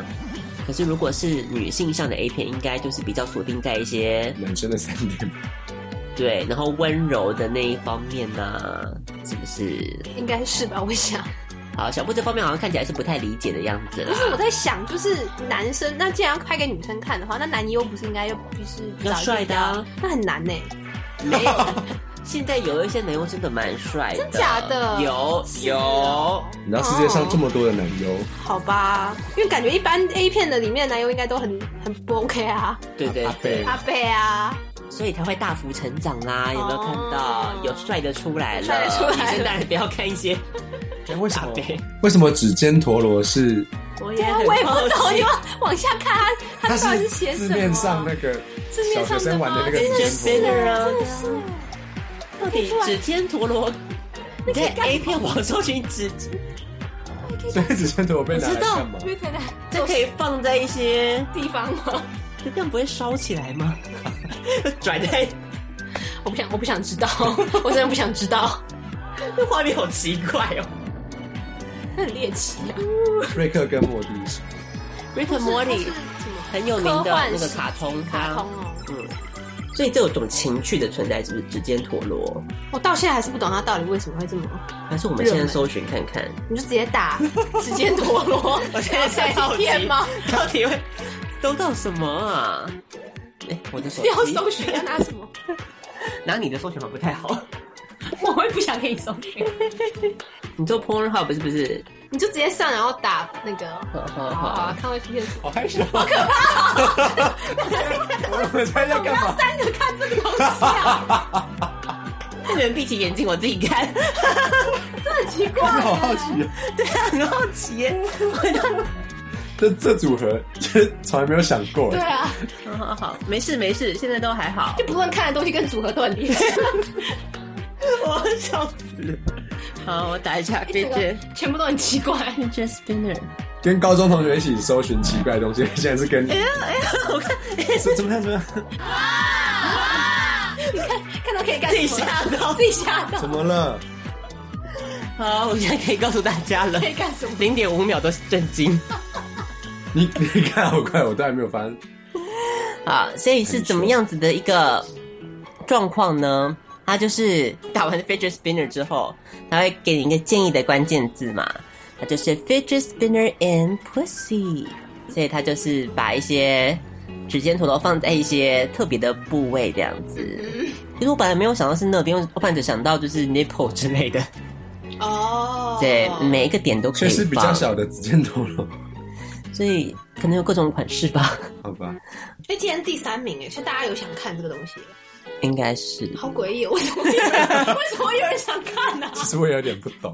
Speaker 3: 可是如果是女性向的 A 片，应该就是比较锁定在一些
Speaker 5: 男生的三点，
Speaker 3: 对，然后温柔的那一方面呢、是不是？
Speaker 4: 应该是吧？我想，
Speaker 3: 好，小布这方面好像看起来是不太理解的样子
Speaker 4: 不
Speaker 3: 啦。
Speaker 4: 是我在想，就是男生那既然要拍给女生看的话，那男优不是应该要就是找
Speaker 3: 要
Speaker 4: 一个
Speaker 3: 帅的啊
Speaker 4: 比较，那很难呢、
Speaker 3: 没有，现在有一些男优真的蛮帅的，
Speaker 4: 真假的
Speaker 3: 有
Speaker 4: 是
Speaker 3: 有，
Speaker 4: 哦
Speaker 5: 你知道世界上这么多的男优，
Speaker 4: 好吧，因为感觉一般 A 片的里面的男优应该都很很不 OK 啊，
Speaker 3: 对对
Speaker 5: 阿
Speaker 3: 对
Speaker 5: 贝，
Speaker 4: 阿贝啊，
Speaker 3: 所以才会大幅成长啦。有没有看到？
Speaker 4: 哦
Speaker 3: 有帅的出来了，
Speaker 4: 帅的出来了
Speaker 3: 女生当然不要看一些
Speaker 5: 哎
Speaker 3: 啊
Speaker 5: 为什
Speaker 3: 大
Speaker 5: 么？
Speaker 3: 杯。
Speaker 5: 为什么指尖陀螺是
Speaker 3: 我
Speaker 4: 对啊，我也不懂，你往往下看他他
Speaker 5: 它
Speaker 4: 到底
Speaker 5: 是
Speaker 4: 写什
Speaker 5: 字
Speaker 4: 么？啊
Speaker 5: 面上那个
Speaker 4: 字面
Speaker 5: 小
Speaker 4: 上
Speaker 5: 学生玩的那个
Speaker 4: 的吗
Speaker 5: 指尖陀螺，
Speaker 3: 啊，到底指尖陀螺？你在 A 片网搜寻指尖，
Speaker 5: 所 以指尖陀螺被拿来干嘛？
Speaker 4: 对的
Speaker 3: 这可以放在一些，
Speaker 4: 地方吗？
Speaker 3: 这样不会烧起来吗？ 转在
Speaker 4: 我不想，我不想知道， 我真的不想知道，
Speaker 3: 那画面好奇怪哦。
Speaker 4: 很猎奇啊。
Speaker 5: 瑞克跟莫蒂是
Speaker 3: Rick and Morty 很有名的那个卡通，
Speaker 4: 卡通哦，
Speaker 3: 嗯，所以这有种情趣的存在，是不是指尖陀螺？
Speaker 4: 我到现在还是不懂他到底为什么会这么，
Speaker 3: 还是我们现在搜寻看看？
Speaker 4: 你就直接 打指尖陀螺，
Speaker 3: 我现在在好
Speaker 4: 被
Speaker 3: 奇
Speaker 4: 骗吗？？
Speaker 3: 到底会搜到什么啊？哎，我的手
Speaker 4: 不要
Speaker 3: 机
Speaker 4: 搜寻要拿什么？
Speaker 3: 拿你的搜寻法不太好。
Speaker 4: 我会不想给你搜寻，
Speaker 3: 你做 Pornhub 是不是？
Speaker 4: 你就直接上然后打那个，
Speaker 3: 好好
Speaker 4: 好
Speaker 3: 好
Speaker 4: 啊，看会出现什么。
Speaker 5: 好害羞，好可怕！ 我们猜在干嘛？
Speaker 4: 单着看这个东西啊，
Speaker 3: 那你们闭起眼睛，我自己看。
Speaker 4: 很奇怪。
Speaker 5: 我好好奇哦，
Speaker 3: 对啊， 很好奇耶。
Speaker 5: 这这组合这从来没有想过
Speaker 4: 对，啊，
Speaker 3: 好好好，没事没事，现在都还好
Speaker 4: 就。不论看的东西跟组合都很离奇，
Speaker 3: 我笑死。好，我打一下
Speaker 4: 哎这个
Speaker 3: fidget
Speaker 4: 全部都很奇怪。
Speaker 3: fidget spinner。
Speaker 5: 跟高中同学一起搜寻奇怪的东西，现在是
Speaker 4: 哎
Speaker 5: 跟
Speaker 3: 我看
Speaker 5: 怎怎么样怎么样？
Speaker 4: 你看，看到可以干
Speaker 3: 自
Speaker 4: 什
Speaker 3: 己
Speaker 4: 么？
Speaker 3: 吓到
Speaker 4: 自。己吓到，
Speaker 5: 怎么了？
Speaker 3: 好，我现在可以告诉大家了
Speaker 4: 可，以干什么？
Speaker 3: 零点五秒都是震惊。
Speaker 5: 你你看好快，我都还没有发现。
Speaker 3: 啊，所以是怎么样子的一个状况呢？它就是打完 fidget spinner 之后，它会给你一个建议的关键字嘛，它就是 fidget spinner and pussy，所以它就是把一些指尖陀螺放在一些特别的部位这样子。其实我本来没有想到是那边，我反正想到就是 nipple 之类的，
Speaker 4: 哦，
Speaker 3: 对，每一个点都可
Speaker 5: 所
Speaker 3: 以
Speaker 5: 以
Speaker 3: 放，
Speaker 5: 是比较小的指尖陀螺，
Speaker 3: 所以可能有各种款式吧，
Speaker 5: 好吧？
Speaker 4: 哎，竟然是第三名哎，是大家有想看这个东西，
Speaker 3: 应该是。
Speaker 4: 好诡异哦！为什么会有人为什么会有人想 看呢、
Speaker 5: 其实我也有点不懂，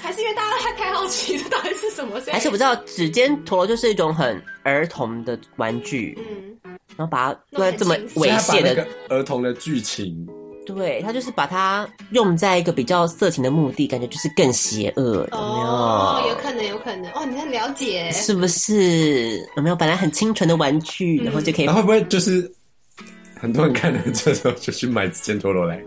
Speaker 4: 还是因为大家太好奇这到底是什么？所以
Speaker 3: 还是我不知道，指尖陀螺就是一种很儿童的玩具，
Speaker 4: 嗯，
Speaker 3: 然后把它用在这么 猥
Speaker 5: 所以他把
Speaker 3: 亵的
Speaker 5: 那个，儿童的剧情，
Speaker 3: 对，它就是把它用在一个比较色情的目的，感觉就是更邪恶，有没有？
Speaker 4: 哦，有可能，有可能，哦，你很了解，
Speaker 3: 是不是？有没有？本来很清纯的玩具，然后就可以
Speaker 5: 嗯然，后会不会就是很多人看了这时候就去买指尖陀螺来？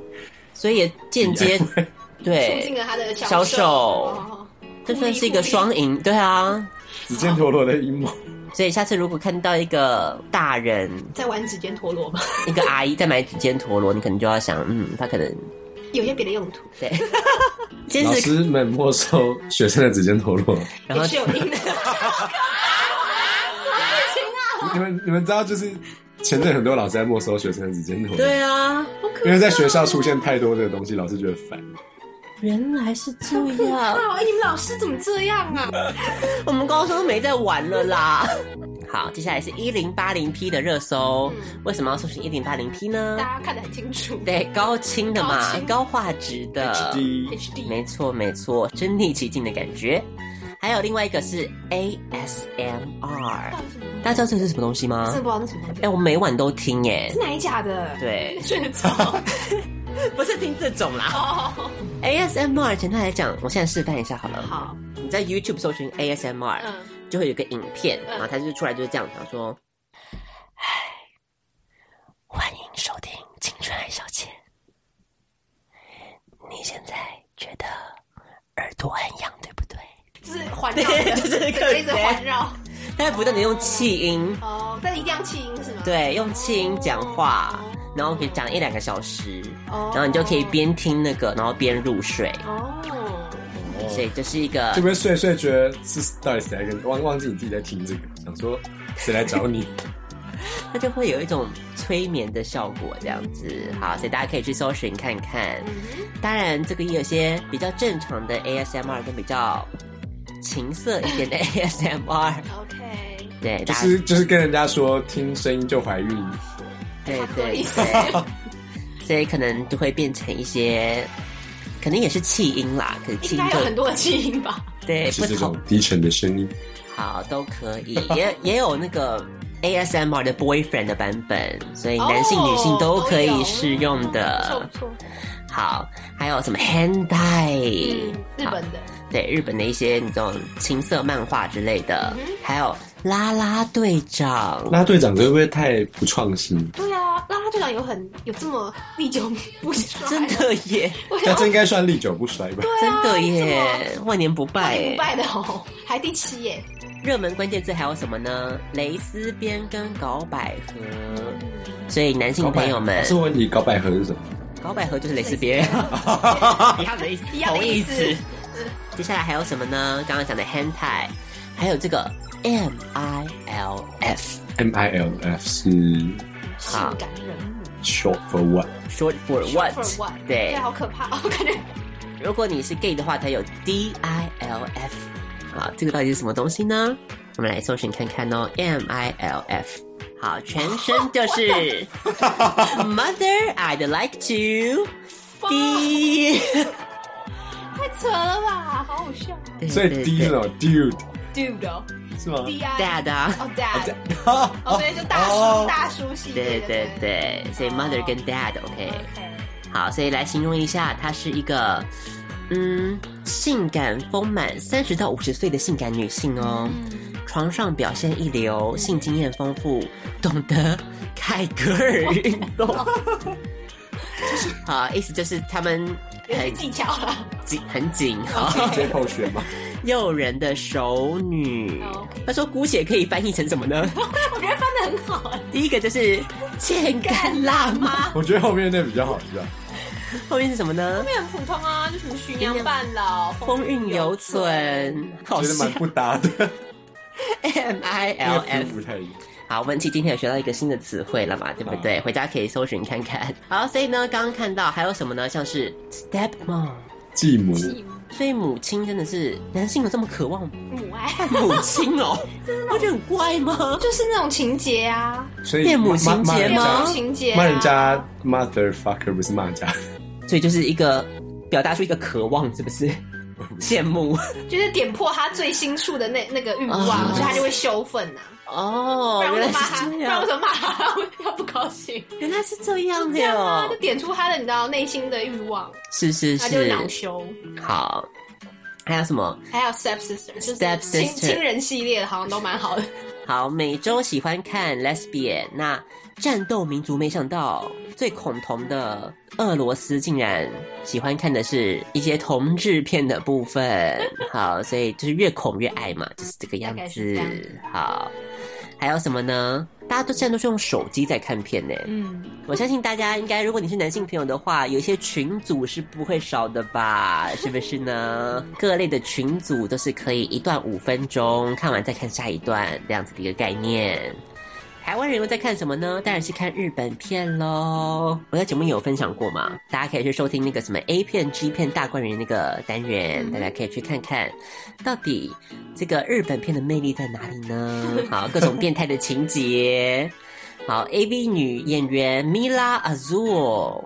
Speaker 3: 所以也间接
Speaker 4: 促进
Speaker 3: 对，
Speaker 4: 了他的 销
Speaker 3: 销
Speaker 4: 售。
Speaker 3: 售
Speaker 4: 哦
Speaker 3: 这算是一个双赢，对啊。
Speaker 5: 指尖陀螺的阴谋，
Speaker 3: 所以下次如果看到一个大人、
Speaker 4: 在玩指尖陀螺吧，
Speaker 3: 一个阿姨在买指尖陀螺，你可能就要想，嗯，她可能
Speaker 4: 有些别的用途，
Speaker 3: 对， 坚
Speaker 5: 老
Speaker 3: 持
Speaker 5: 师们没收学生的指尖陀 螺。
Speaker 3: 然后
Speaker 4: 也是有用的。
Speaker 5: 你们你们知道，就是前阵很多老师在没收学生的指尖陀螺，
Speaker 3: 对啊，
Speaker 5: 因为在学校出现太多这个东西，老师觉得烦。
Speaker 3: 原来是这样，
Speaker 4: 哦哇，哎，你们老师怎么这样啊？
Speaker 3: 我们高中都没在玩了啦。 好，接下来是一零八零 P 的热搜，为什么要搜寻一零八零 P 呢？
Speaker 4: 大家看得很清楚。
Speaker 3: 对，高清的嘛
Speaker 4: 高，清
Speaker 3: 高画质的
Speaker 5: HD
Speaker 4: ，HD
Speaker 3: 没错没错，身临其境的感觉。还有另外一个是 ASMR，
Speaker 4: 到底什么
Speaker 3: 大家知道这是什么东西吗？
Speaker 4: 真的不知道那什么东西
Speaker 3: 哎、，我每晚都听耶
Speaker 4: 是。哪一假的？ ，
Speaker 3: 对
Speaker 4: 睡得着。
Speaker 3: 不是听这种啦。
Speaker 4: 哦，
Speaker 3: ASMR 简单来讲，我现在示范一下好了。
Speaker 4: 好，
Speaker 3: 你在 YouTube 搜寻 ASMR，、
Speaker 4: 嗯
Speaker 3: 就会有一个影片，
Speaker 4: 嗯
Speaker 3: 然后它就是出来就是这样，然后说：“嗨，欢迎收听《青春爱小姐》，你现在觉得耳朵很痒，对不对
Speaker 4: 就是环绕的，
Speaker 3: 对就是
Speaker 4: 整
Speaker 3: 感
Speaker 4: 个
Speaker 3: 觉
Speaker 4: 一直环绕。？”
Speaker 3: 它会不断的用气音，
Speaker 4: 哦，但是一定要气音是吗？，
Speaker 3: 对，用气音讲话，然后可以讲一两个小时，
Speaker 4: 哦
Speaker 3: 然后你就可以边听那个，然后边入睡，
Speaker 4: 哦，
Speaker 3: 所以这是一个
Speaker 5: 这边睡睡觉是到底谁来跟忘忘记你自己在听这个，想说谁来 找你？
Speaker 3: 它就会有一种催眠的效果，这样子。
Speaker 4: 嗯
Speaker 3: 好，所以大家可以去搜寻看看。当然，这个也有些比较正常的 ASMR 跟比较情色一 点的 ASMR，
Speaker 4: OK，
Speaker 3: 对，
Speaker 5: 就
Speaker 3: 大家
Speaker 5: 是就是跟人家说听声音就怀孕，
Speaker 3: 对
Speaker 4: 不
Speaker 3: 对
Speaker 4: 意思
Speaker 3: 对，所以可能就会变成一些，可能也是气音啦，可是气
Speaker 4: 应
Speaker 3: 音
Speaker 4: 该有很
Speaker 3: 就
Speaker 4: 多的气音吧？
Speaker 3: 对
Speaker 5: 是
Speaker 3: 哎不
Speaker 5: 这
Speaker 3: 同
Speaker 5: 种，低沉的声音。
Speaker 3: 好都可以，也 也有那个。ASMR 的 boyfriend 的版本，所以男性、
Speaker 4: 哦
Speaker 3: 女性都可
Speaker 4: 都
Speaker 3: 以
Speaker 4: 有嗯
Speaker 3: 适用的。
Speaker 4: 不错不错，
Speaker 3: 好，还有什么 Handai，、
Speaker 4: 嗯，日本的
Speaker 3: 对日本的一些那种情色漫画之类的，还有啦啦队长，
Speaker 5: 拉队长这会不会太不 创新？
Speaker 4: 对啊，拉拉队长有很有这么历久不衰，
Speaker 3: 真的耶，
Speaker 4: 我
Speaker 5: 那
Speaker 4: 想
Speaker 5: 这应该算历久不衰吧？
Speaker 3: 真的
Speaker 4: 这
Speaker 3: 耶，万年不败
Speaker 4: 不
Speaker 3: 耶。
Speaker 4: 败的哦，还第七耶，
Speaker 3: 热门关键字还有什么呢？蕾丝边跟搞百合。所以男性朋友们
Speaker 5: 可，是我问你搞百合是什么？
Speaker 3: 搞百合就是蕾丝 边，
Speaker 1: 哦
Speaker 3: 一样的意思，
Speaker 4: 一样的
Speaker 3: 同
Speaker 4: 意
Speaker 3: 义
Speaker 4: 思
Speaker 3: 词。接下来还有什么呢？刚刚讲的 hentai，还有这个 M I L F。
Speaker 5: M I L F 是
Speaker 4: 性
Speaker 3: 好
Speaker 4: 感人物
Speaker 5: short for what？
Speaker 3: Short for 啊 what？
Speaker 4: for what？
Speaker 3: 对
Speaker 4: 对，，好可怕，我感觉
Speaker 3: 如果你是 gay 的话，它有 D I L F。好，这个到底是什么东西呢？我们来搜寻看看哦，M I L F。好，全身就是 Mother I'd like to D。
Speaker 4: 太扯了吧，好好笑
Speaker 5: 所以 D 是什么？Dude
Speaker 4: ，dude 哦
Speaker 5: 是吗？
Speaker 4: ，D I
Speaker 3: 大的。
Speaker 4: 哦 dad，哦 对，就大叔大叔系
Speaker 3: Oh, 对
Speaker 4: 列的，
Speaker 3: 对对，所以
Speaker 4: 哦
Speaker 3: mother 跟 dad，OK、好，所以来形容一下，她是一个嗯，性感丰满，三十到五十岁的性感女性哦。
Speaker 4: 嗯
Speaker 3: 床上表现一流，性经验丰富，懂得凯格尔运动。好，意思就是他们
Speaker 4: 有些
Speaker 3: 很
Speaker 4: 技巧啊了，
Speaker 3: 紧，很紧，好，
Speaker 5: 接候选吗？
Speaker 3: 诱人的熟女
Speaker 4: 好。
Speaker 3: 他说姑且可以翻译成什么呢？
Speaker 4: 我觉得翻的很好，
Speaker 3: 第一个就是欠干辣妈，
Speaker 5: 我觉得后面那比较好笑。
Speaker 3: 后面是什么呢？
Speaker 4: 这很普通啊，就什么徐
Speaker 3: 娘
Speaker 4: 娘半老，
Speaker 3: 风韵犹，存，好
Speaker 5: 觉得
Speaker 3: 像
Speaker 5: 蛮不搭的
Speaker 3: M I
Speaker 5: 因
Speaker 3: L
Speaker 5: 为
Speaker 3: F
Speaker 5: 不太一样。
Speaker 3: 好，文琪今天有学到一个新的词汇了嘛，对
Speaker 4: 嗯
Speaker 3: 不对？回家可以搜寻看看。好，所以呢，刚刚看到还有什么呢？像是 step mom，
Speaker 5: 继母
Speaker 3: 所以母亲真的是男性有这么渴望
Speaker 4: 母爱，
Speaker 3: 母亲哦， 不觉得很怪吗？
Speaker 4: 就是那种情节啊，
Speaker 5: 所以
Speaker 3: 恋母情
Speaker 5: 骂
Speaker 3: 节
Speaker 5: 骂人
Speaker 3: 吗
Speaker 5: 家
Speaker 4: 有情节啊，
Speaker 5: 骂人家 motherfucker 不是骂人家，
Speaker 3: 所以就是一个表达出一个渴望，是不 是？羡慕
Speaker 4: 就是点破他最新处的那那个欲
Speaker 3: 啊
Speaker 4: 望，所以他就会羞愤呐。啊
Speaker 3: 哦
Speaker 4: 不然，我
Speaker 3: 原
Speaker 4: 就
Speaker 3: 来
Speaker 4: 骂他，
Speaker 3: 是
Speaker 4: 不
Speaker 3: 这
Speaker 4: 然
Speaker 3: 样，
Speaker 4: 我就骂他， 他不高兴。
Speaker 3: 原来是这样
Speaker 4: 这
Speaker 3: 的
Speaker 4: 样啊，
Speaker 3: 哦
Speaker 4: 就，点出他的你知道内心的欲望，
Speaker 3: 是是，
Speaker 4: 他就是恼羞。
Speaker 3: 好，还有什么？
Speaker 4: 还有 step sister，就是
Speaker 3: Stepsister
Speaker 4: 亲亲人系列的，好像都蛮好的。
Speaker 3: 好，每周喜欢看 Lesbian，那战斗民族没想到最恐同的俄罗斯竟然喜欢看的是一些同志片的部分。好，所以就是越恐越爱嘛，就是这个样
Speaker 4: 大概
Speaker 3: 子
Speaker 4: 是这样。
Speaker 3: 好，还有什么呢？大家都现在都是用手机在看片呢、
Speaker 4: 嗯，
Speaker 3: 我相信大家应该，如果你是男性朋友的话，有一些群组是不会少的吧？是不是呢？各类的群组都是可以一段五分钟，看完再看下一段这样子的一个概念。台湾人又在看什么呢？当然是看日本片喽。我在节目有分享过嘛，大家可以去收听那个什么 A 片、G 片大观园那个单元，大家可以去看看，到底这个日本片的魅力在哪里呢？好，各种变态的情节。好，AV 女演员 Mila Azul，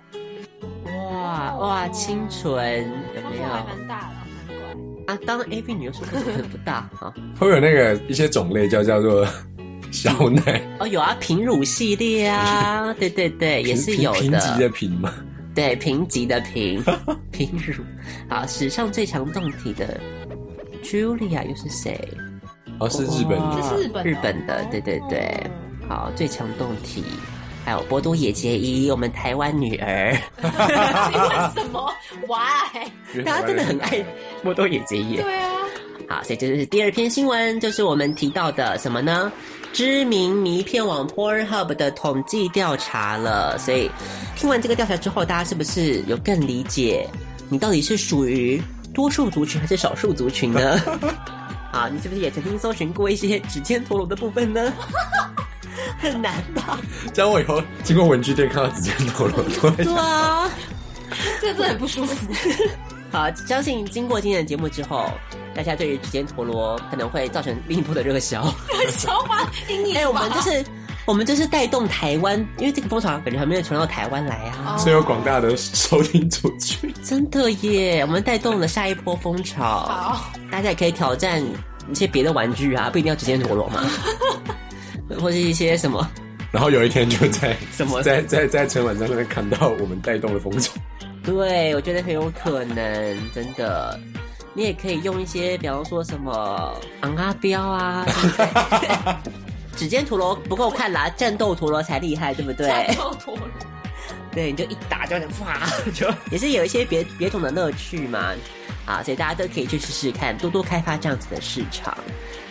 Speaker 3: 哇哇，清纯有没有
Speaker 8: 还蛮大的，难怪。
Speaker 4: 嗯
Speaker 3: 啊？当 AV 女优说不很不大啊？
Speaker 5: 会有那个一些种类叫叫做 小奶，
Speaker 3: 哦，有啊，平乳系列啊，对对对，也是有
Speaker 5: 贫贫瘠的贫嘛。
Speaker 3: 对，评级的 评，评乳。好，史上最强动体的 Julia 又是谁？
Speaker 5: 哦，是日本
Speaker 3: 哇
Speaker 5: 的，
Speaker 8: 这是日本的
Speaker 3: 日本的，对对对。好，最强动体，还有波多野结衣，我们台湾女儿，
Speaker 4: 你 问什么？Why？
Speaker 3: 大家真的很爱波多野结衣。
Speaker 4: 对啊，
Speaker 3: 好，所以这就是第二篇新闻，就是我们提到的什么呢？知名迷片网 Pornhub 的统计调查了。所以听完这个调查之后，大家是不是有更理解你到底是属于多数族群还是少数族群 呢？啊，你是不是也曾经搜寻过一些指尖陀螺的部分呢？ 很难吧？
Speaker 5: 这样我以后经过文具店看到指尖陀螺，都会
Speaker 3: 对
Speaker 5: 想
Speaker 3: 啊。
Speaker 4: 这真的很不舒 服。
Speaker 3: 好，相信经过今天的节目之后，大家对于指尖陀螺可能会造成另一波的热销。
Speaker 4: 小马顶你
Speaker 3: 哎、我们
Speaker 4: 吧
Speaker 3: 就是我们就是带动台湾，因为这个风潮感觉还没有传到台湾来
Speaker 8: 哦
Speaker 3: 啊，
Speaker 5: 所以有广大的收听族群。
Speaker 3: 真的耶！我们带动了下一波风潮，
Speaker 4: 好
Speaker 3: 大家也可以挑战一些别的玩具啊，不一定要直接陀螺 嘛，或是一些什么
Speaker 5: 然后有一天就在
Speaker 3: 什么
Speaker 5: 在在在春晚上面看到我们带动了风潮。
Speaker 3: 对，我觉得很有可能，真的。你也可以用一些，比方说什么昂阿标 啊，对不对指尖陀螺不够看啦，战斗陀螺才厉害，对不对？战斗陀螺，对，你就一打就能 啪，就也是有一些别别种的乐趣嘛。啊，所以大家都可以去试试看，多多开发这样子的市场。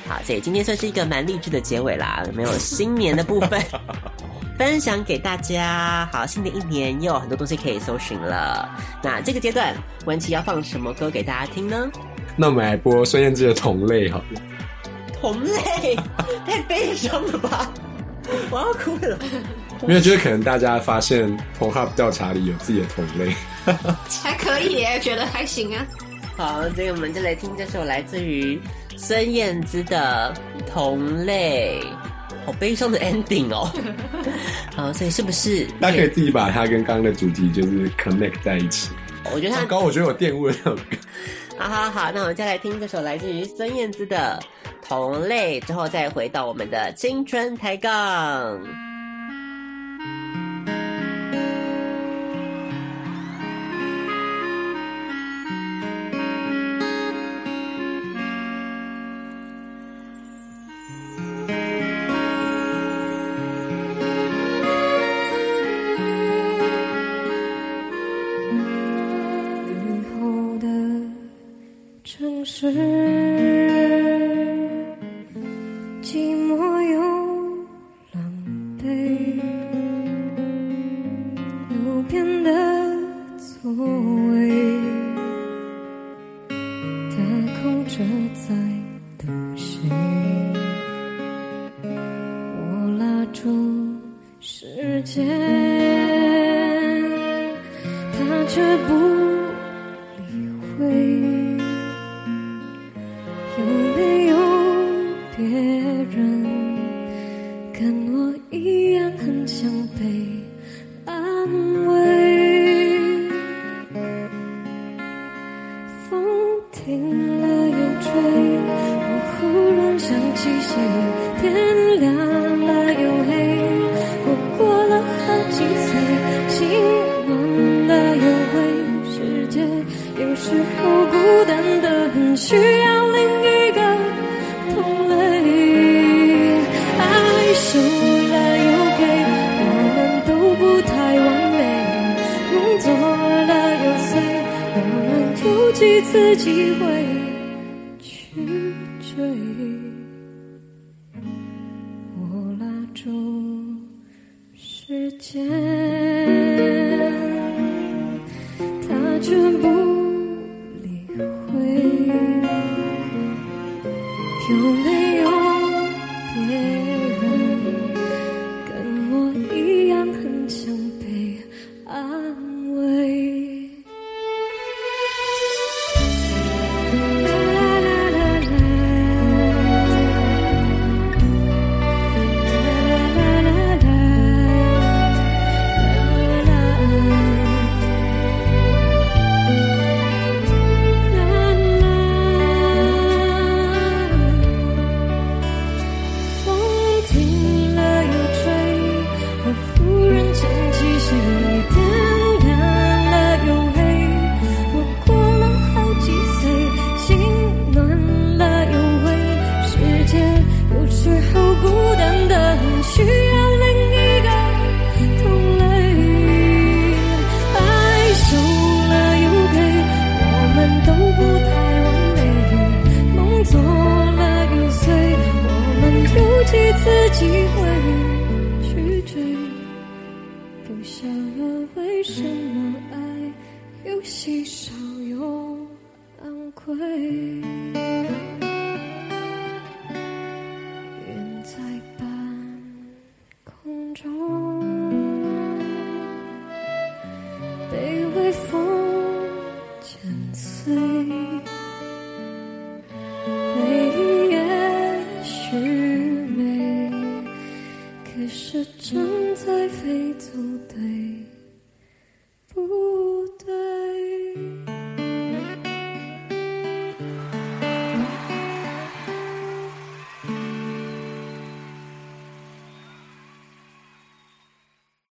Speaker 3: 好，所以今天算是一个蛮励志的结尾啦，没有新年的部 分。分享给大家。好，新的一年又有很多东西可以搜寻了。那这个阶段，文琪要放什么歌给大家听呢？
Speaker 5: 那我们来播孙燕姿的《同类》好了，
Speaker 3: 同类， 太悲伤了吧！我要哭了。
Speaker 5: 因为就是可能大家发现 p o h u b 调查里有自己的同类，
Speaker 4: 还可以耶，觉得还行啊。
Speaker 3: 好，所以我们就来听这首来自于孙燕姿的《同类》，好悲伤的 ending 哦。好，所以是不是？
Speaker 5: 大家可以自己把它跟刚刚的主题就是 connect 在一起。
Speaker 3: 我觉得
Speaker 5: 糟
Speaker 3: 他
Speaker 5: 糕，我觉得我玷污了这首歌。
Speaker 3: 好好好，那我们再来听这首来自于孙燕姿的《同类》，之后再回到我们的青春抬杠。
Speaker 8: 雨后的城市，寂寞又狼狈，路边的座位，它空着在等谁？我拉住时间，它却不。理会有没有别人跟我一样很想被安慰？风停了又吹，我忽然想起谁？天亮了又黑，我过了好几岁，心暖了又灰，世界有时候孤单的很，需要另一个同类。爱收了又给，我们都不太完美，梦做了又碎，我们有几次机会去追？我拉住时间，它却不理会。有没有别人机会去追，不想了，为什么爱又稀少又昂贵？远在半空中，被微风剪碎。回忆也许美，可是正在飞走，对不